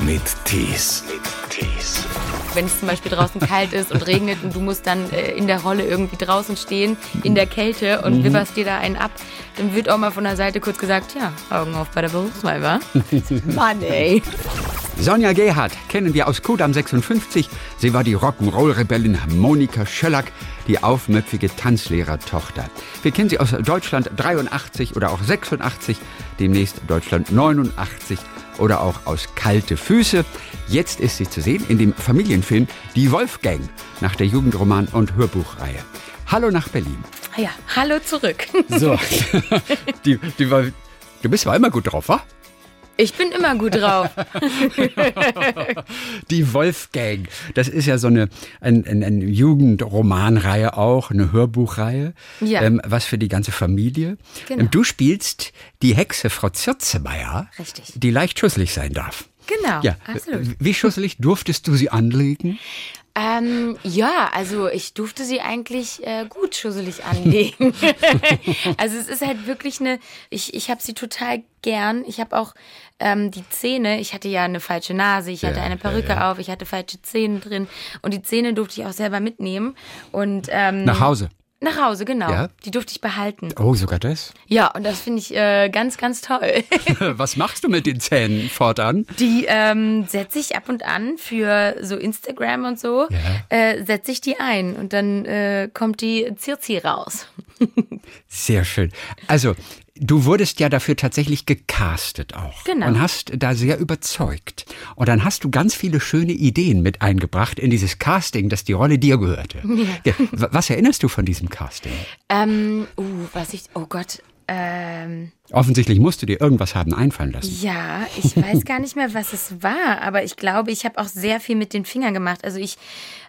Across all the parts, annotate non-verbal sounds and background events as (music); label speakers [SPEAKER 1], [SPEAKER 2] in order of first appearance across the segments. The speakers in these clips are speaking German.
[SPEAKER 1] mit Tees.
[SPEAKER 2] Wenn es zum Beispiel draußen kalt ist und regnet und du musst dann äh, in der Rolle irgendwie draußen stehen, in der Kälte und wipperst dir da einen ab, dann wird auch mal von der Seite kurz gesagt, ja, Augen auf bei der Berufswahl, wa? Mann, ey.
[SPEAKER 1] Sonja Gerhardt kennen wir aus Kudamm 56. Sie war die Rock'n'Roll-Rebellin Monika Schöllack, die aufmüpfige Tanzlehrertochter. Wir kennen sie aus Deutschland 83 oder auch 86, demnächst Deutschland 89 oder auch aus Kalte Füße. Jetzt ist sie zu sehen in dem Familienfilm Die Wolfgang nach der Jugendroman- und Hörbuchreihe. Hallo nach Berlin.
[SPEAKER 2] Ah Ja, hallo zurück.
[SPEAKER 1] So, (laughs) die, die, Wolf- du bist aber immer gut drauf, wa?
[SPEAKER 2] Ich bin immer gut (laughs) drauf.
[SPEAKER 1] Die Wolfgang, das ist ja so eine, ein, ein, eine Jugendromanreihe auch, eine Hörbuchreihe,
[SPEAKER 2] Ja.
[SPEAKER 1] ähm, was für die ganze Familie.
[SPEAKER 2] Genau.
[SPEAKER 1] Ähm, Du spielst die Hexe Frau Zirzemeyer,
[SPEAKER 2] Richtig.
[SPEAKER 1] die leicht schusselig sein darf.
[SPEAKER 2] Genau,
[SPEAKER 1] Ja,
[SPEAKER 2] absolut.
[SPEAKER 1] äh, Wie schusselig durftest du sie anlegen?
[SPEAKER 2] Ähm, ja, also ich durfte sie eigentlich äh, gut
[SPEAKER 1] (laughs)
[SPEAKER 2] schusselig anlegen. also es ist halt wirklich eine, ich, ich habe sie total gern. Ich habe auch ähm, die Zähne, ich hatte ja eine falsche Nase, ich hatte
[SPEAKER 1] Ja,
[SPEAKER 2] eine
[SPEAKER 1] ja,
[SPEAKER 2] Perücke auf, ich hatte falsche Zähne drin und die Zähne durfte ich auch selber mitnehmen und ähm,
[SPEAKER 1] Nach Hause.
[SPEAKER 2] nach Hause, genau.
[SPEAKER 1] Ja.
[SPEAKER 2] Die durfte ich behalten.
[SPEAKER 1] Oh, sogar
[SPEAKER 2] (laughs)
[SPEAKER 1] das?
[SPEAKER 2] Ja, und das finde ich äh, ganz, ganz toll.
[SPEAKER 1] Was machst du mit den Zähnen fortan?
[SPEAKER 2] Die ähm, setze ich ab und an für so Instagram und so,
[SPEAKER 1] Ja.
[SPEAKER 2] äh, setze ich die ein und dann äh, kommt die Zirzi raus.
[SPEAKER 1] Sehr schön. Also, du wurdest ja dafür tatsächlich gecastet auch.
[SPEAKER 2] Genau.
[SPEAKER 1] Und hast da sehr überzeugt. Und dann hast du ganz viele schöne Ideen mit eingebracht in dieses Casting, das die Rolle dir gehörte. Ja. w- Was erinnerst du von diesem Casting?
[SPEAKER 2] Ähm, uh, was ich, oh Gott, ähm,
[SPEAKER 1] Offensichtlich musst du dir irgendwas haben einfallen lassen.
[SPEAKER 2] ja,
[SPEAKER 1] (laughs)
[SPEAKER 2] ich weiß gar nicht mehr, was es war, aber ich glaube, ich habe auch sehr viel mit den Fingern gemacht. Also ich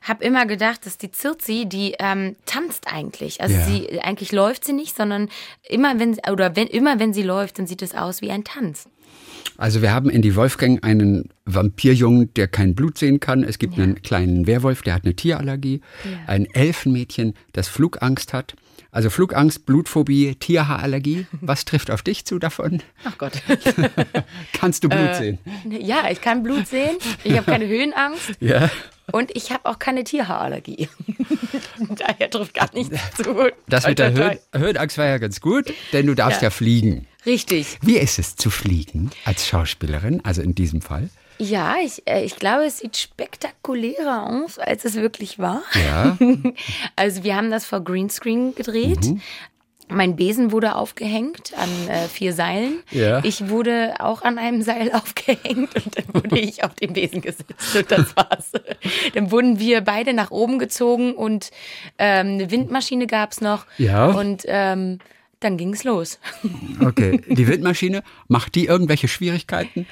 [SPEAKER 2] habe immer gedacht, dass die Zirzi, die ähm, tanzt eigentlich. Also
[SPEAKER 1] Ja.
[SPEAKER 2] sie, eigentlich läuft sie nicht, sondern immer wenn, oder wenn, immer wenn sie läuft, dann sieht es aus wie ein Tanz.
[SPEAKER 1] Also wir haben in die Wolfgang einen Vampirjungen, der kein Blut sehen kann. Es gibt einen kleinen Werwolf, der hat eine Tierallergie. Ein Elfenmädchen, das Flugangst hat. Also Flugangst, Blutphobie, Tierhaarallergie. Was trifft auf dich zu davon?
[SPEAKER 2] Ach (laughs) Gott.
[SPEAKER 1] Kannst du Blut sehen?
[SPEAKER 2] Ja, ich kann Blut sehen, ich habe keine Höhenangst
[SPEAKER 1] Ja.
[SPEAKER 2] und ich habe auch
[SPEAKER 1] (laughs)
[SPEAKER 2] keine Tierhaarallergie. Daher trifft gar nichts zu.
[SPEAKER 1] Das mit der
[SPEAKER 2] Toi, toi, toi.
[SPEAKER 1] Höhen Höhenangst war ja ganz gut, denn du darfst ja.
[SPEAKER 2] Ja.
[SPEAKER 1] fliegen.
[SPEAKER 2] Richtig.
[SPEAKER 1] Wie ist es zu fliegen als Schauspielerin, also in diesem Fall?
[SPEAKER 2] Ja, ich, äh, ich glaube, es sieht spektakulärer aus, als es wirklich war.
[SPEAKER 1] Ja.
[SPEAKER 2] (laughs) Also wir haben das vor Greenscreen gedreht.
[SPEAKER 1] Mhm.
[SPEAKER 2] Mein Besen wurde aufgehängt an äh, vier Seilen.
[SPEAKER 1] Ja.
[SPEAKER 2] Ich wurde auch an einem Seil (laughs) aufgehängt und dann wurde ich auf dem Besen gesetzt und das war's. Dann wurden wir beide nach oben gezogen und ähm, eine Windmaschine gab's noch.
[SPEAKER 1] Ja.
[SPEAKER 2] Und ähm, dann ging's los. (laughs)
[SPEAKER 1] Okay. Die Windmaschine, macht die irgendwelche Schwierigkeiten?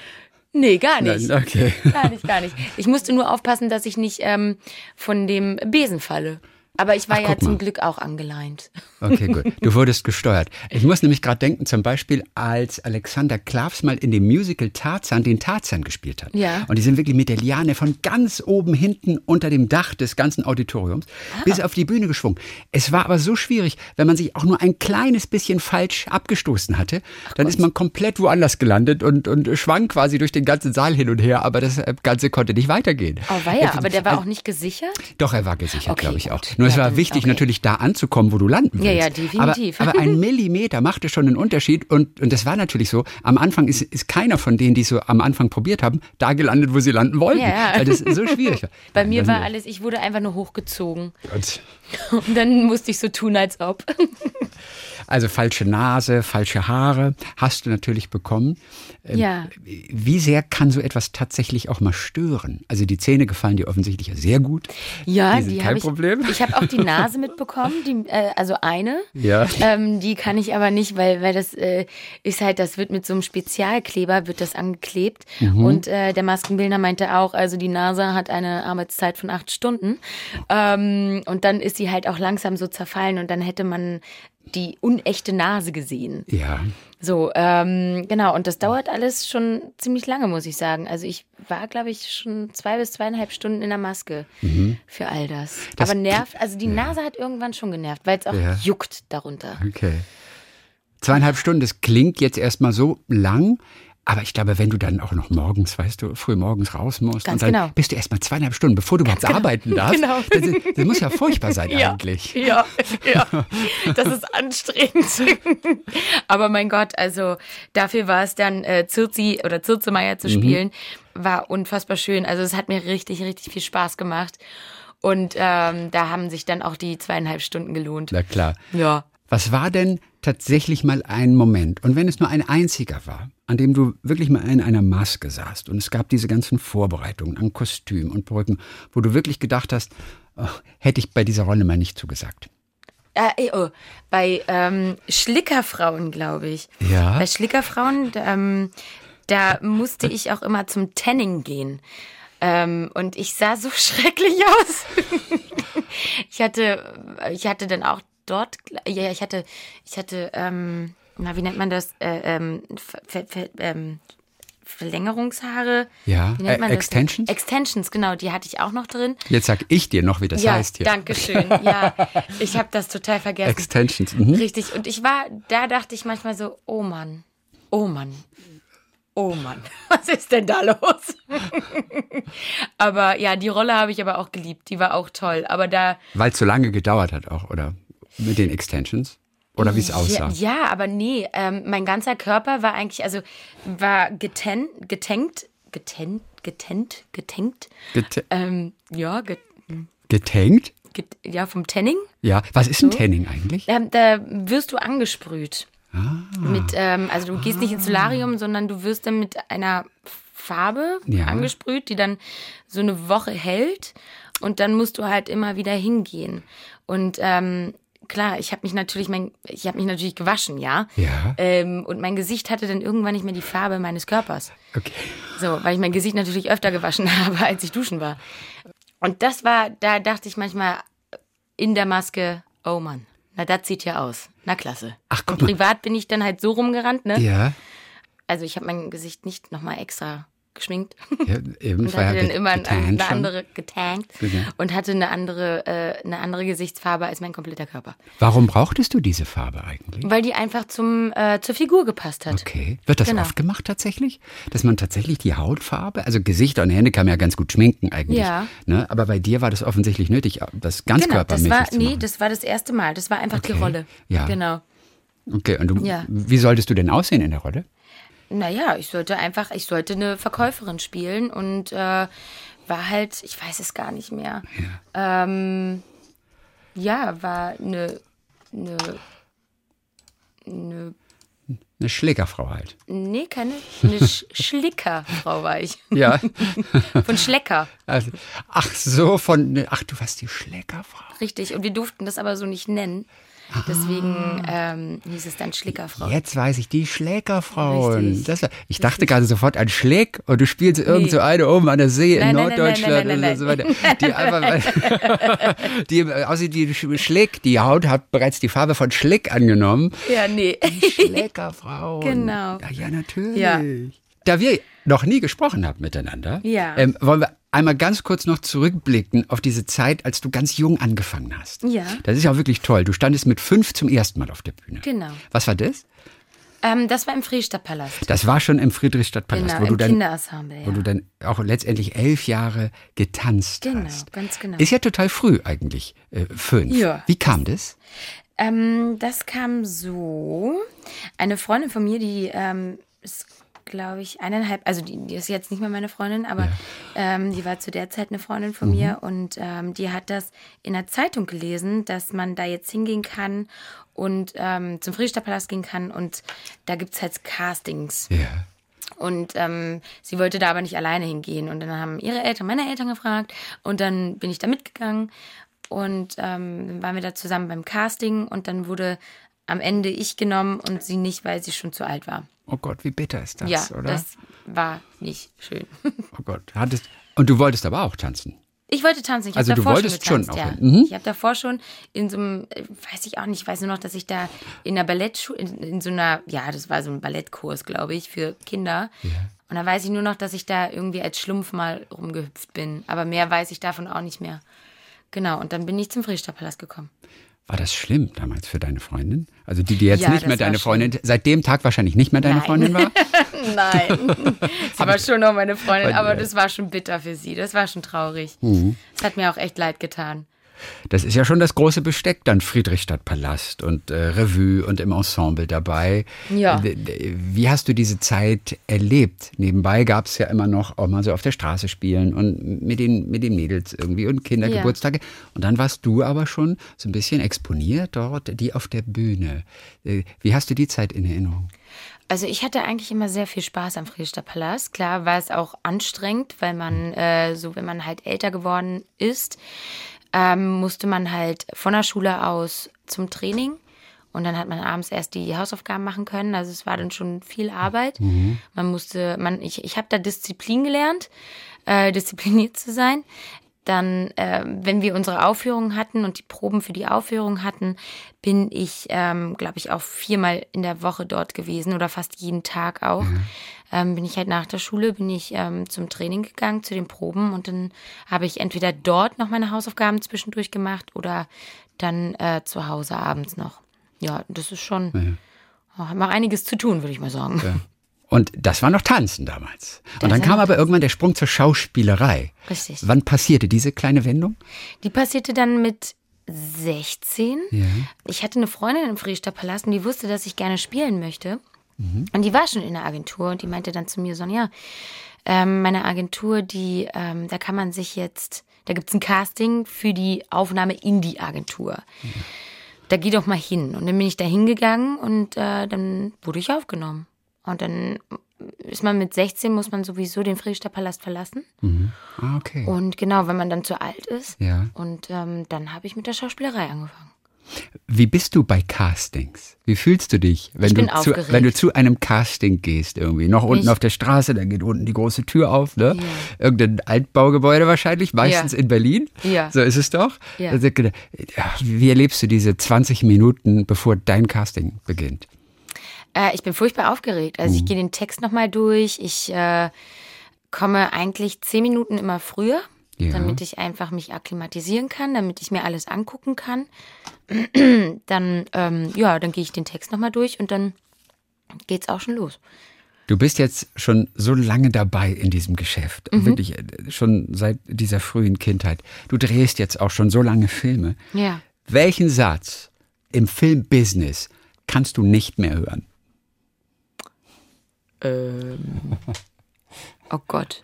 [SPEAKER 2] Nee, gar nicht.
[SPEAKER 1] okay.
[SPEAKER 2] Gar nicht, gar nicht. Ich musste nur aufpassen, dass ich nicht ähm, von dem Besen falle. Aber ich war ja
[SPEAKER 1] guck
[SPEAKER 2] zum
[SPEAKER 1] mal.
[SPEAKER 2] Glück auch angeleint.
[SPEAKER 1] Okay, gut. Du wurdest gesteuert. Ich muss nämlich gerade denken, zum Beispiel, als Alexander Klavs mal in dem Musical Tarzan den Tarzan gespielt hat.
[SPEAKER 2] Ja.
[SPEAKER 1] Und die sind wirklich mit der Liane von ganz oben hinten unter dem Dach des ganzen Auditoriums
[SPEAKER 2] Ah.
[SPEAKER 1] bis auf die Bühne geschwungen. Es war aber so schwierig, wenn man sich auch nur ein kleines bisschen falsch abgestoßen hatte, dann ist man komplett woanders gelandet und, und schwang quasi durch den ganzen Saal hin und her, aber das äh, Ganze konnte nicht weitergehen.
[SPEAKER 2] Oh, war ja, aber der war auch nicht gesichert.
[SPEAKER 1] Doch, er war gesichert,
[SPEAKER 2] Okay,
[SPEAKER 1] glaube ich auch.
[SPEAKER 2] gut.
[SPEAKER 1] Nur es
[SPEAKER 2] Ja,
[SPEAKER 1] war
[SPEAKER 2] dann-
[SPEAKER 1] wichtig,
[SPEAKER 2] okay.
[SPEAKER 1] natürlich da anzukommen, wo du landen
[SPEAKER 2] Ja,
[SPEAKER 1] willst.
[SPEAKER 2] ja, definitiv.
[SPEAKER 1] Aber, aber
[SPEAKER 2] (laughs)
[SPEAKER 1] ein Millimeter machte schon einen Unterschied. Und, und das war natürlich so, am Anfang ist, ist keiner von denen, die es so am Anfang probiert haben, da gelandet, wo sie landen wollten.
[SPEAKER 2] Ja, ja.
[SPEAKER 1] Weil das so
[SPEAKER 2] (laughs)
[SPEAKER 1] schwierig war.
[SPEAKER 2] Bei mir war alles, ich wurde einfach nur hochgezogen.
[SPEAKER 1] Und-
[SPEAKER 2] Und (laughs) dann musste ich so tun, als ob.
[SPEAKER 1] Also falsche Nase, falsche Haare hast du natürlich bekommen.
[SPEAKER 2] Ja.
[SPEAKER 1] Wie sehr kann so etwas tatsächlich auch mal stören? Also die Zähne gefallen dir offensichtlich sehr gut.
[SPEAKER 2] Ja,
[SPEAKER 1] die sind
[SPEAKER 2] die
[SPEAKER 1] kein
[SPEAKER 2] habe ich.
[SPEAKER 1] Problem.
[SPEAKER 2] Ich habe auch
[SPEAKER 1] (laughs)
[SPEAKER 2] die Nase mitbekommen, die, äh, also eine.
[SPEAKER 1] Ja.
[SPEAKER 2] Ähm, die kann ich aber nicht, weil, weil das äh, ist halt, das wird mit so einem Spezialkleber, wird das angeklebt.
[SPEAKER 1] Mhm.
[SPEAKER 2] Und äh, der Maskenbildner meinte auch, also die NASA hat eine Arbeitszeit von acht Stunden. Ähm, und dann ist sie halt auch langsam so zerfallen und dann hätte man die unechte Nase gesehen.
[SPEAKER 1] Ja.
[SPEAKER 2] So, ähm, genau, und das dauert alles schon ziemlich lange, muss ich sagen. Also ich war, glaube ich, schon zwei bis zweieinhalb Stunden in der Maske für all das.
[SPEAKER 1] Mhm. Das-
[SPEAKER 2] Aber nervt, also die Nase hat irgendwann schon genervt, weil es auch
[SPEAKER 1] Ja.
[SPEAKER 2] juckt darunter.
[SPEAKER 1] Okay. Zweieinhalb Stunden, das klingt jetzt erstmal so lang, Aber ich glaube, wenn du dann auch noch morgens, weißt du, früh morgens raus musst, und
[SPEAKER 2] Ganz
[SPEAKER 1] dann
[SPEAKER 2] genau.
[SPEAKER 1] bist du erst mal zweieinhalb Stunden, bevor du überhaupt
[SPEAKER 2] (laughs)
[SPEAKER 1] arbeiten darfst.
[SPEAKER 2] Genau.
[SPEAKER 1] Das, ist- das muss ja furchtbar sein eigentlich.
[SPEAKER 2] (laughs) Ja, ja, ja. das ist anstrengend. (laughs) Aber mein Gott, also dafür war es dann, äh, Zirzi oder Zirzemeier
[SPEAKER 1] Mhm.
[SPEAKER 2] zu spielen, war unfassbar schön. Also es hat mir richtig, richtig viel Spaß gemacht. Und ähm, da haben sich dann auch die zweieinhalb Stunden gelohnt.
[SPEAKER 1] Na klar.
[SPEAKER 2] Ja.
[SPEAKER 1] Was war denn tatsächlich mal ein Moment? Und wenn es nur ein einziger war, an dem du wirklich mal in einer Maske saßt und es gab diese ganzen Vorbereitungen an Kostüm und Perücken, wo du wirklich gedacht hast, ach, hätte ich bei dieser Rolle mal nicht zugesagt.
[SPEAKER 2] Äh, eh, oh, bei ähm, Schlickerfrauen, glaube ich.
[SPEAKER 1] Ja.
[SPEAKER 2] Bei Schlickerfrauen, ähm, da musste ich auch immer zum Tanning gehen. Ähm, und ich sah so (laughs) schrecklich aus. ich hatte, ich hatte dann auch dort, ja, ja, ich hatte, ich hatte, ähm, na, wie nennt man das? Äh, ähm, ver, ver, ver, ähm, Verlängerungshaare.
[SPEAKER 1] Ja,
[SPEAKER 2] Wie nennt
[SPEAKER 1] äh,
[SPEAKER 2] man das?
[SPEAKER 1] Extensions?
[SPEAKER 2] Extensions, genau, die hatte ich auch noch drin.
[SPEAKER 1] Jetzt sag ich dir noch, wie das
[SPEAKER 2] ja,
[SPEAKER 1] heißt hier.
[SPEAKER 2] danke schön.
[SPEAKER 1] (laughs)
[SPEAKER 2] Ja, ich habe das total vergessen.
[SPEAKER 1] Extensions. Mhm.
[SPEAKER 2] Richtig. Und ich war, da dachte ich manchmal so, oh Mann, oh Mann, oh Mann, (laughs) was ist denn da los? (laughs) aber ja, die Rolle habe ich aber auch geliebt. Die war auch toll. Aber da,
[SPEAKER 1] Weil es so lange gedauert hat auch, oder? Mit den Extensions? Oder wie es aussah?
[SPEAKER 2] ja, ja, aber nee, ähm, mein ganzer Körper war eigentlich, also war geten, getankt, geten, getent, getankt.
[SPEAKER 1] Get
[SPEAKER 2] Ähm, ja, get,
[SPEAKER 1] getankt?
[SPEAKER 2] get, ja, vom Tanning.
[SPEAKER 1] Ja. Was ist ein Tanning eigentlich?
[SPEAKER 2] Da, da wirst du angesprüht.
[SPEAKER 1] Ah.
[SPEAKER 2] Mit, ähm, also du gehst nicht ins Solarium, sondern du wirst dann mit einer Farbe
[SPEAKER 1] Ja.
[SPEAKER 2] angesprüht, die dann so eine Woche hält. Und dann musst du halt immer wieder hingehen. Und ähm, klar, ich habe mich natürlich, mein, ich habe mich natürlich gewaschen, ja.
[SPEAKER 1] Ja.
[SPEAKER 2] Ähm, und mein Gesicht hatte dann irgendwann nicht mehr die Farbe meines Körpers.
[SPEAKER 1] Okay.
[SPEAKER 2] So, weil ich mein Gesicht natürlich öfter gewaschen (laughs) habe, als ich duschen war. Und das war, da dachte ich manchmal äh, in der Maske, oh Mann, na das sieht ja aus. Na klasse.
[SPEAKER 1] Ach, guck
[SPEAKER 2] Und
[SPEAKER 1] mal.
[SPEAKER 2] privat bin ich dann halt so rumgerannt, ne?
[SPEAKER 1] Ja.
[SPEAKER 2] Also ich habe mein Gesicht nicht nochmal extra geschminkt. (laughs)
[SPEAKER 1] ja eben
[SPEAKER 2] Und hatte dann
[SPEAKER 1] get-
[SPEAKER 2] immer eine,
[SPEAKER 1] getankt
[SPEAKER 2] eine
[SPEAKER 1] schon. Genau.
[SPEAKER 2] andere getankt und hatte eine andere, äh, eine andere Gesichtsfarbe als mein kompletter Körper.
[SPEAKER 1] Warum brauchtest du diese Farbe eigentlich?
[SPEAKER 2] Weil die einfach zum, äh, zur Figur gepasst hat.
[SPEAKER 1] Okay. Wird das
[SPEAKER 2] Genau.
[SPEAKER 1] oft gemacht tatsächlich? Dass man tatsächlich die Hautfarbe, also Gesichter und Hände kann man ja ganz gut schminken eigentlich.
[SPEAKER 2] Ja.
[SPEAKER 1] Ne? Aber bei dir war das offensichtlich nötig, das
[SPEAKER 2] Genau, das
[SPEAKER 1] ganzkörpermäßig
[SPEAKER 2] war,
[SPEAKER 1] zu
[SPEAKER 2] nee,
[SPEAKER 1] machen.
[SPEAKER 2] das war das erste Mal. Das war einfach
[SPEAKER 1] Okay.
[SPEAKER 2] die Rolle.
[SPEAKER 1] Ja.
[SPEAKER 2] Genau.
[SPEAKER 1] okay, und du,
[SPEAKER 2] Ja.
[SPEAKER 1] wie solltest du denn aussehen in der Rolle?
[SPEAKER 2] Naja, ich sollte einfach, ich sollte eine Verkäuferin spielen und äh, war halt, ich weiß es gar nicht mehr. Ja, ähm, ja war eine, eine, eine,
[SPEAKER 1] Eine Schlägerfrau
[SPEAKER 2] (laughs)
[SPEAKER 1] halt.
[SPEAKER 2] nee, keine,
[SPEAKER 1] (laughs)
[SPEAKER 2] eine Sch Schlickerfrau war ich.
[SPEAKER 1] Ja.
[SPEAKER 2] Von Schlecker,
[SPEAKER 1] Also, ach so, von. Ach, du warst die Schlägerfrau.
[SPEAKER 2] richtig. Und wir durften das aber so nicht nennen. Deswegen
[SPEAKER 1] Ah.
[SPEAKER 2] ähm, hieß es dann Schlickerfrau.
[SPEAKER 1] Jetzt weiß ich, die Schlägerfrauen.
[SPEAKER 2] Richtig.
[SPEAKER 1] Das war, ich dachte gerade sofort an Schläg und du spielst irgend so eine oben an der See in
[SPEAKER 2] Nein, nein, nein,
[SPEAKER 1] Norddeutschland
[SPEAKER 2] nein, nein,
[SPEAKER 1] und so weiter. Die einfach, (laughs) die, äh, außer die Schläg, die Haut hat bereits die Farbe von Schläg angenommen.
[SPEAKER 2] Ja, nee. (laughs)
[SPEAKER 1] Schlägerfrauen.
[SPEAKER 2] Genau.
[SPEAKER 1] Ja, ja, natürlich.
[SPEAKER 2] Ja.
[SPEAKER 1] Da wir noch nie gesprochen haben miteinander,
[SPEAKER 2] Ja.
[SPEAKER 1] ähm, wollen wir einmal ganz kurz noch zurückblicken auf diese Zeit, als du ganz jung angefangen hast.
[SPEAKER 2] Ja.
[SPEAKER 1] Das ist ja wirklich toll. Du standest mit fünf zum ersten Mal auf der Bühne.
[SPEAKER 2] Genau.
[SPEAKER 1] Was war das?
[SPEAKER 2] Ähm, das war im Friedrichstadtpalast.
[SPEAKER 1] Das war schon im Friedrichstadtpalast,
[SPEAKER 2] Genau,
[SPEAKER 1] wo, du
[SPEAKER 2] im
[SPEAKER 1] dann,
[SPEAKER 2] Kinderensemble. Ja.
[SPEAKER 1] wo du dann auch letztendlich elf Jahre getanzt
[SPEAKER 2] Genau,
[SPEAKER 1] hast.
[SPEAKER 2] ganz genau.
[SPEAKER 1] Ist ja total früh eigentlich, äh, fünf.
[SPEAKER 2] Ja.
[SPEAKER 1] Wie kam das?
[SPEAKER 2] Ähm, das kam so. Eine Freundin von mir, die ähm, ist, glaube ich, eineinhalb, also die, die ist jetzt nicht mehr meine Freundin, aber ähm, die war zu der Zeit eine Freundin von mir und ähm, die hat das in der Zeitung gelesen, dass man da jetzt hingehen kann und ähm, zum Friedrichstadtpalast gehen kann und da gibt es halt Castings.
[SPEAKER 1] Ja.
[SPEAKER 2] Und ähm, sie wollte da aber nicht alleine hingehen. Und dann haben ihre Eltern, meine Eltern gefragt. Und dann bin ich da mitgegangen. Und ähm, dann waren wir da zusammen beim Casting. Und dann wurde am Ende ich genommen und sie nicht, weil sie schon zu alt war.
[SPEAKER 1] Oh Gott, wie bitter ist das,
[SPEAKER 2] ja,
[SPEAKER 1] oder?
[SPEAKER 2] das war nicht schön. (laughs)
[SPEAKER 1] oh Gott. Hattest, und du wolltest aber auch tanzen.
[SPEAKER 2] Ich wollte tanzen. Ich
[SPEAKER 1] Also
[SPEAKER 2] hab
[SPEAKER 1] du
[SPEAKER 2] davor
[SPEAKER 1] wolltest schon
[SPEAKER 2] schon getanzt,
[SPEAKER 1] auch, Mhm.
[SPEAKER 2] ja. Ich habe davor schon in so einem, äh, weiß ich auch nicht, ich weiß nur noch, dass ich da in einer Ballettschule, in, in so einer, ja, das war so ein Ballettkurs, glaube ich, für Kinder. Und da weiß ich nur noch, dass ich da irgendwie als Schlumpf mal rumgehüpft bin. Aber mehr weiß ich davon auch nicht mehr. Genau, und dann bin ich zum Friedrichstadtpalast gekommen.
[SPEAKER 1] War das schlimm damals für deine Freundin? Also die, die jetzt
[SPEAKER 2] Ja,
[SPEAKER 1] nicht mehr
[SPEAKER 2] das war
[SPEAKER 1] deine
[SPEAKER 2] schlimm.
[SPEAKER 1] Freundin, seit dem Tag wahrscheinlich nicht mehr deine
[SPEAKER 2] (laughs) Nein.
[SPEAKER 1] Freundin war?
[SPEAKER 2] Nein. (laughs) Das war schon noch meine Freundin, aber das war schon bitter für sie. Das war schon traurig.
[SPEAKER 1] Mhm.
[SPEAKER 2] Das hat mir auch echt leid getan.
[SPEAKER 1] Das ist ja schon das große Besteck, dann Friedrichstadtpalast und äh, Revue und im Ensemble dabei.
[SPEAKER 2] Ja.
[SPEAKER 1] D- d- Wie hast du diese Zeit erlebt? Nebenbei gab es ja immer noch auch mal so auf der Straße spielen und mit den, mit den Mädels irgendwie und Kindergeburtstage. Und dann warst du aber schon so ein bisschen exponiert dort, die auf der Bühne. Äh, Wie hast du die Zeit in Erinnerung?
[SPEAKER 2] Also ich hatte eigentlich immer sehr viel Spaß am Friedrichstadt Palast. Klar war es auch anstrengend, weil man äh, so, wenn man halt älter geworden ist, ähm, musste man halt von der Schule aus zum Training. Und dann hat man abends erst die Hausaufgaben machen können. Also es war dann schon viel Arbeit. Man musste, man, ich, ich habe da Disziplin gelernt, äh, (laughs) diszipliniert zu sein. Dann, äh, wenn wir unsere Aufführungen hatten und die Proben für die Aufführung hatten, bin ich, ähm, glaube ich, auch viermal in der Woche dort gewesen oder fast jeden Tag auch. Ähm, bin ich halt nach der Schule, bin ich ähm, zum Training gegangen, zu den Proben und dann habe ich entweder dort noch meine Hausaufgaben zwischendurch gemacht oder dann äh, zu Hause abends noch. Ja, das ist schon, oh, hat mal einiges zu tun, würde ich mal sagen.
[SPEAKER 1] Und das war noch Tanzen damals. und dann
[SPEAKER 2] war
[SPEAKER 1] kam aber irgendwann der Sprung zur Schauspielerei.
[SPEAKER 2] Richtig.
[SPEAKER 1] Wann passierte diese kleine Wendung?
[SPEAKER 2] Die passierte dann mit 16.
[SPEAKER 1] Ja.
[SPEAKER 2] Ich hatte eine Freundin im Friedrichstadt Palast und die wusste, dass ich gerne spielen möchte. Und die war schon in der Agentur und die meinte dann zu mir, Sonja, ähm, meine Agentur, die, ähm, da kann man sich jetzt, da gibt's ein Casting für die Aufnahme in die Agentur. Da geh doch mal hin. Und dann bin ich da hingegangen und äh, dann wurde ich aufgenommen. Und dann ist man mit 16, muss man sowieso den Friedrichstadt Palast verlassen.
[SPEAKER 1] Ah, okay.
[SPEAKER 2] Und genau, wenn man dann zu alt ist.
[SPEAKER 1] Ja.
[SPEAKER 2] Und ähm, dann habe ich mit der Schauspielerei angefangen.
[SPEAKER 1] Wie bist du bei Castings? Wie fühlst du dich, wenn,
[SPEAKER 2] Ich
[SPEAKER 1] du
[SPEAKER 2] bin
[SPEAKER 1] zu,
[SPEAKER 2] aufgeregt.
[SPEAKER 1] wenn du zu einem Casting gehst irgendwie? Noch unten
[SPEAKER 2] Ich-
[SPEAKER 1] auf der Straße, dann geht unten die große Tür auf, ne? Irgendein Altbaugebäude wahrscheinlich, meistens in Berlin.
[SPEAKER 2] Ja.
[SPEAKER 1] So ist es doch.
[SPEAKER 2] Ja.
[SPEAKER 1] Also, wie erlebst du diese 20 Minuten, bevor dein Casting beginnt?
[SPEAKER 2] Äh, ich bin furchtbar aufgeregt.
[SPEAKER 1] Uh.
[SPEAKER 2] Also ich gehe den Text nochmal durch. Ich äh, komme eigentlich zehn Minuten immer früher,
[SPEAKER 1] Ja.
[SPEAKER 2] damit ich einfach mich akklimatisieren kann, damit ich mir alles angucken kann. (clears throat) dann, ähm, ja, dann gehe ich den Text nochmal durch und dann geht's auch schon los.
[SPEAKER 1] Du bist jetzt schon so lange dabei in diesem Geschäft,
[SPEAKER 2] Mhm.
[SPEAKER 1] wirklich äh, schon seit dieser frühen Kindheit. Du drehst jetzt auch schon so lange Filme.
[SPEAKER 2] Ja.
[SPEAKER 1] Welchen Satz im Filmbusiness kannst du nicht mehr hören?
[SPEAKER 2] Oh Gott.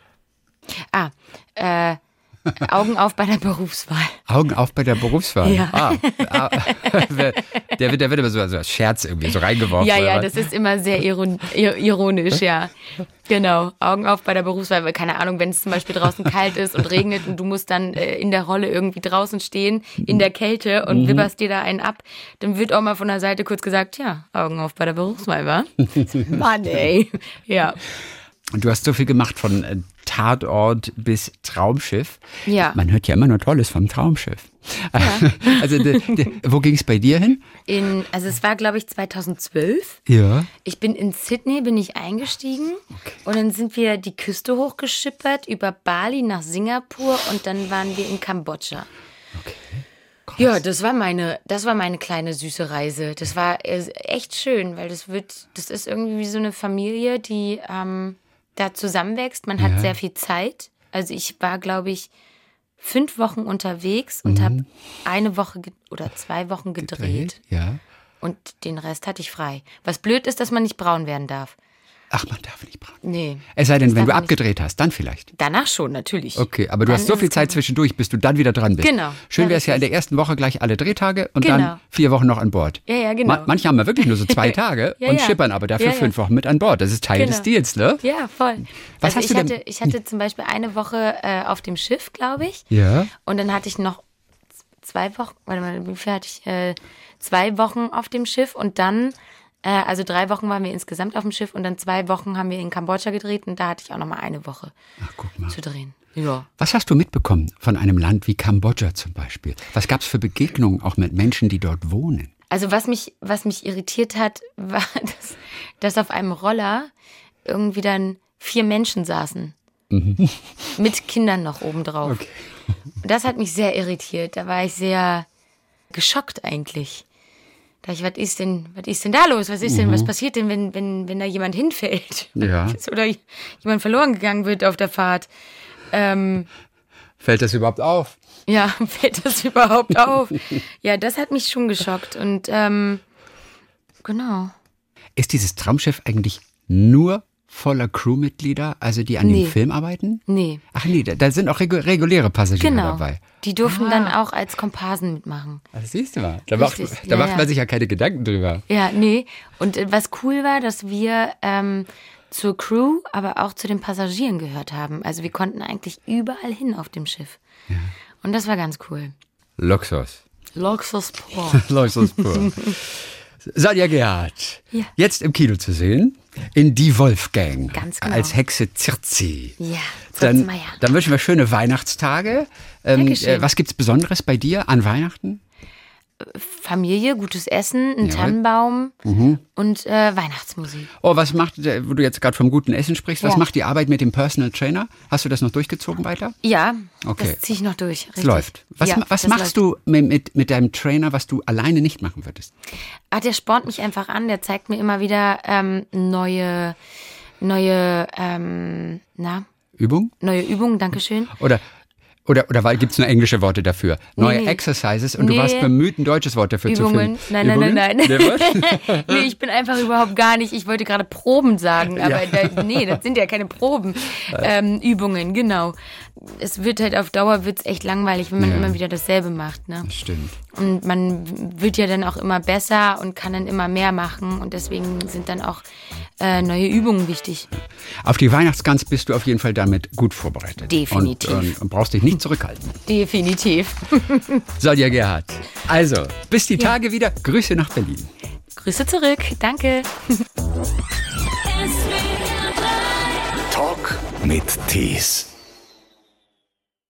[SPEAKER 2] Ah, äh, Augen auf bei der (laughs) Berufswahl.
[SPEAKER 1] Augen auf bei der Berufswahl.
[SPEAKER 2] Ja.
[SPEAKER 1] Ah, ah, (laughs) wer- der, wird, der wird immer so, so als Scherz irgendwie so reingeworfen.
[SPEAKER 2] Ja,
[SPEAKER 1] oder
[SPEAKER 2] ja,
[SPEAKER 1] was?
[SPEAKER 2] das ist immer sehr iron ir- ironisch, ja. Genau. Augen auf bei der Berufswahl, weil keine Ahnung, wenn es zum Beispiel draußen kalt ist und regnet und du musst dann äh, in der Rolle irgendwie draußen stehen, in der Kälte und wibberst dir da einen ab, dann wird auch mal von der Seite kurz gesagt, ja, Augen auf bei der Berufswahl, wa? Mann, ey. Ja.
[SPEAKER 1] Und du hast so viel gemacht von äh, Tatort bis Traumschiff.
[SPEAKER 2] Ja.
[SPEAKER 1] Man hört ja immer nur Tolles vom Traumschiff. (laughs) Also, de, de, wo ging es bei dir hin?
[SPEAKER 2] In, also es war, glaube ich, 2012.
[SPEAKER 1] Ja.
[SPEAKER 2] Ich bin in Sydney, bin ich eingestiegen und dann sind wir die Küste hochgeschippert über Bali nach Singapur und dann waren wir in Kambodscha. Ja, das war meine, das war meine kleine süße Reise. Das war äh, echt schön, weil das wird, das ist irgendwie wie so eine Familie, die ähm, da zusammenwächst. Man hat
[SPEAKER 1] Ja.
[SPEAKER 2] sehr viel Zeit. Also ich war, glaube ich, fünf Wochen unterwegs und habe eine Woche ge- oder zwei Wochen gedreht.
[SPEAKER 1] Ja.
[SPEAKER 2] Und den Rest hatte ich frei. Was blöd ist, dass man nicht braun werden darf.
[SPEAKER 1] Ach, man darf nicht braten.
[SPEAKER 2] Nee.
[SPEAKER 1] Es sei denn, wenn du
[SPEAKER 2] darf man nicht.
[SPEAKER 1] abgedreht hast, dann vielleicht.
[SPEAKER 2] Danach schon, natürlich.
[SPEAKER 1] Okay, aber du
[SPEAKER 2] Dann
[SPEAKER 1] hast so
[SPEAKER 2] ist
[SPEAKER 1] viel
[SPEAKER 2] es
[SPEAKER 1] Zeit zwischendurch, bis du dann wieder dran bist.
[SPEAKER 2] Genau,
[SPEAKER 1] Schön
[SPEAKER 2] ja,
[SPEAKER 1] wäre es ja in der ersten Woche gleich alle Drehtage und dann
[SPEAKER 2] Genau.
[SPEAKER 1] vier Wochen noch an Bord.
[SPEAKER 2] Ja, ja, genau.
[SPEAKER 1] Ma manche haben ja wirklich nur so
[SPEAKER 2] (laughs)
[SPEAKER 1] zwei Tage
[SPEAKER 2] Ja,
[SPEAKER 1] und
[SPEAKER 2] ja.
[SPEAKER 1] schippern aber dafür
[SPEAKER 2] Ja, ja.
[SPEAKER 1] fünf Wochen mit an Bord. Das ist Teil
[SPEAKER 2] Genau.
[SPEAKER 1] des Deals, ne?
[SPEAKER 2] Ja, voll.
[SPEAKER 1] Was hast
[SPEAKER 2] also ich,
[SPEAKER 1] du denn-
[SPEAKER 2] hatte, ich hatte zum Beispiel eine Woche äh, auf dem Schiff, glaube ich.
[SPEAKER 1] Ja.
[SPEAKER 2] Und dann hatte ich noch z- zwei Wochen, warte mal, wie viel hatte ich? Äh, zwei Wochen auf dem Schiff und dann, äh, also drei Wochen waren wir insgesamt auf dem Schiff und dann zwei Wochen haben wir in Kambodscha gedreht und da hatte ich auch nochmal eine Woche
[SPEAKER 1] Ach, guck mal.
[SPEAKER 2] zu drehen. Ja.
[SPEAKER 1] Was hast du mitbekommen von einem Land wie Kambodscha zum Beispiel? Was gab es für Begegnungen auch mit Menschen, die dort wohnen?
[SPEAKER 2] Also was mich, was mich irritiert hat, (laughs) war, dass, dass auf einem Roller irgendwie dann vier Menschen saßen. Mit Kindern noch obendrauf.
[SPEAKER 1] Mhm. Okay.
[SPEAKER 2] Und Das hat mich sehr irritiert. Da war ich sehr geschockt eigentlich. Da ich, was ist denn, was ist denn da los? Was ist denn, was passiert denn, wenn, wenn, wenn da jemand hinfällt?
[SPEAKER 1] Mhm. Ja.
[SPEAKER 2] (laughs) Oder jemand verloren gegangen wird auf der Fahrt? Ähm,
[SPEAKER 1] Fällt das überhaupt auf?
[SPEAKER 2] ja, (laughs) fällt das
[SPEAKER 1] (laughs)
[SPEAKER 2] überhaupt auf? Ja, das hat mich schon geschockt. Und ähm, genau.
[SPEAKER 1] Ist dieses Traumschiff eigentlich nur voller Crewmitglieder, also die an
[SPEAKER 2] Nee.
[SPEAKER 1] dem Film arbeiten?
[SPEAKER 2] Nee.
[SPEAKER 1] Ach nee, da, da sind auch regu reguläre Passagiere
[SPEAKER 2] Genau.
[SPEAKER 1] dabei. Ah.
[SPEAKER 2] Die durften dann auch als Komparsen mitmachen.
[SPEAKER 1] Das siehst du mal. Da, macht,
[SPEAKER 2] Richtig,
[SPEAKER 1] da
[SPEAKER 2] ja,
[SPEAKER 1] macht
[SPEAKER 2] ja.
[SPEAKER 1] man sich ja keine Gedanken drüber.
[SPEAKER 2] Ja, nee. Und äh, was cool war, dass wir ähm, zur Crew, aber auch zu den Passagieren gehört haben. Also wir konnten eigentlich überall hin auf dem Schiff. Und das war ganz cool.
[SPEAKER 1] Luxus.
[SPEAKER 2] Luxus pur.
[SPEAKER 1] Luxus pur. Sonja Gerhardt,
[SPEAKER 2] Ja.
[SPEAKER 1] jetzt im Kino zu sehen, in Die Wolfgang.
[SPEAKER 2] Ganz genau.
[SPEAKER 1] Als Hexe Zirzi.
[SPEAKER 2] (laughs) Ja, Fritz
[SPEAKER 1] Dann,
[SPEAKER 2] Meier.
[SPEAKER 1] dann wünschen wir schöne Weihnachtstage. Ähm,
[SPEAKER 2] Dankeschön.
[SPEAKER 1] äh, was gibt's Besonderes bei dir an Weihnachten?
[SPEAKER 2] Familie, gutes Essen,
[SPEAKER 1] Jawohl.
[SPEAKER 2] ein
[SPEAKER 1] Mhm.
[SPEAKER 2] Tannenbaum und äh, Weihnachtsmusik.
[SPEAKER 1] Oh, was macht, äh, wo du jetzt gerade vom guten Essen sprichst, was
[SPEAKER 2] Ja.
[SPEAKER 1] macht die Arbeit mit dem Personal Trainer? Hast du das noch durchgezogen weiter?
[SPEAKER 2] Ja,
[SPEAKER 1] Okay.
[SPEAKER 2] das ziehe ich noch durch.
[SPEAKER 1] Es läuft. Was, ma- was machst du mit, mit, mit deinem Trainer, was du alleine nicht machen würdest?
[SPEAKER 2] Ah, der spornt mich einfach an, der zeigt mir immer wieder ähm, neue, neue, ähm, na,
[SPEAKER 1] Übung?
[SPEAKER 2] neue
[SPEAKER 1] (laughs)
[SPEAKER 2] Übungen, Dankeschön.
[SPEAKER 1] Oder, oder, oder gibt es nur englische Worte dafür? Neue
[SPEAKER 2] nee.
[SPEAKER 1] Exercises und du
[SPEAKER 2] Nee.
[SPEAKER 1] warst bemüht, ein deutsches Wort dafür
[SPEAKER 2] Übungen.
[SPEAKER 1] zu finden.
[SPEAKER 2] Nein, nein,
[SPEAKER 1] Übungen?
[SPEAKER 2] nein, nein. (laughs) nee, ich bin einfach überhaupt gar nicht. Ich wollte gerade Proben sagen, aber da, nee, das sind ja keine Proben. Ähm, Übungen, genau. Es wird halt auf Dauer wird's echt langweilig, wenn man
[SPEAKER 1] Ja.
[SPEAKER 2] immer wieder dasselbe macht. Ne?
[SPEAKER 1] Das stimmt.
[SPEAKER 2] Und man wird ja dann auch immer besser und kann dann immer mehr machen. Und deswegen sind dann auch äh, neue Übungen wichtig.
[SPEAKER 1] Auf die Weihnachtsgans bist du auf jeden Fall damit gut vorbereitet.
[SPEAKER 2] Definitiv.
[SPEAKER 1] Und, und, und brauchst dich nicht zurückhalten.
[SPEAKER 2] Definitiv.
[SPEAKER 1] Sonja Gerhardt. Also, bis die Tage wieder. Grüße nach Berlin.
[SPEAKER 2] Grüße zurück. Danke.
[SPEAKER 3] Talk mit Tees.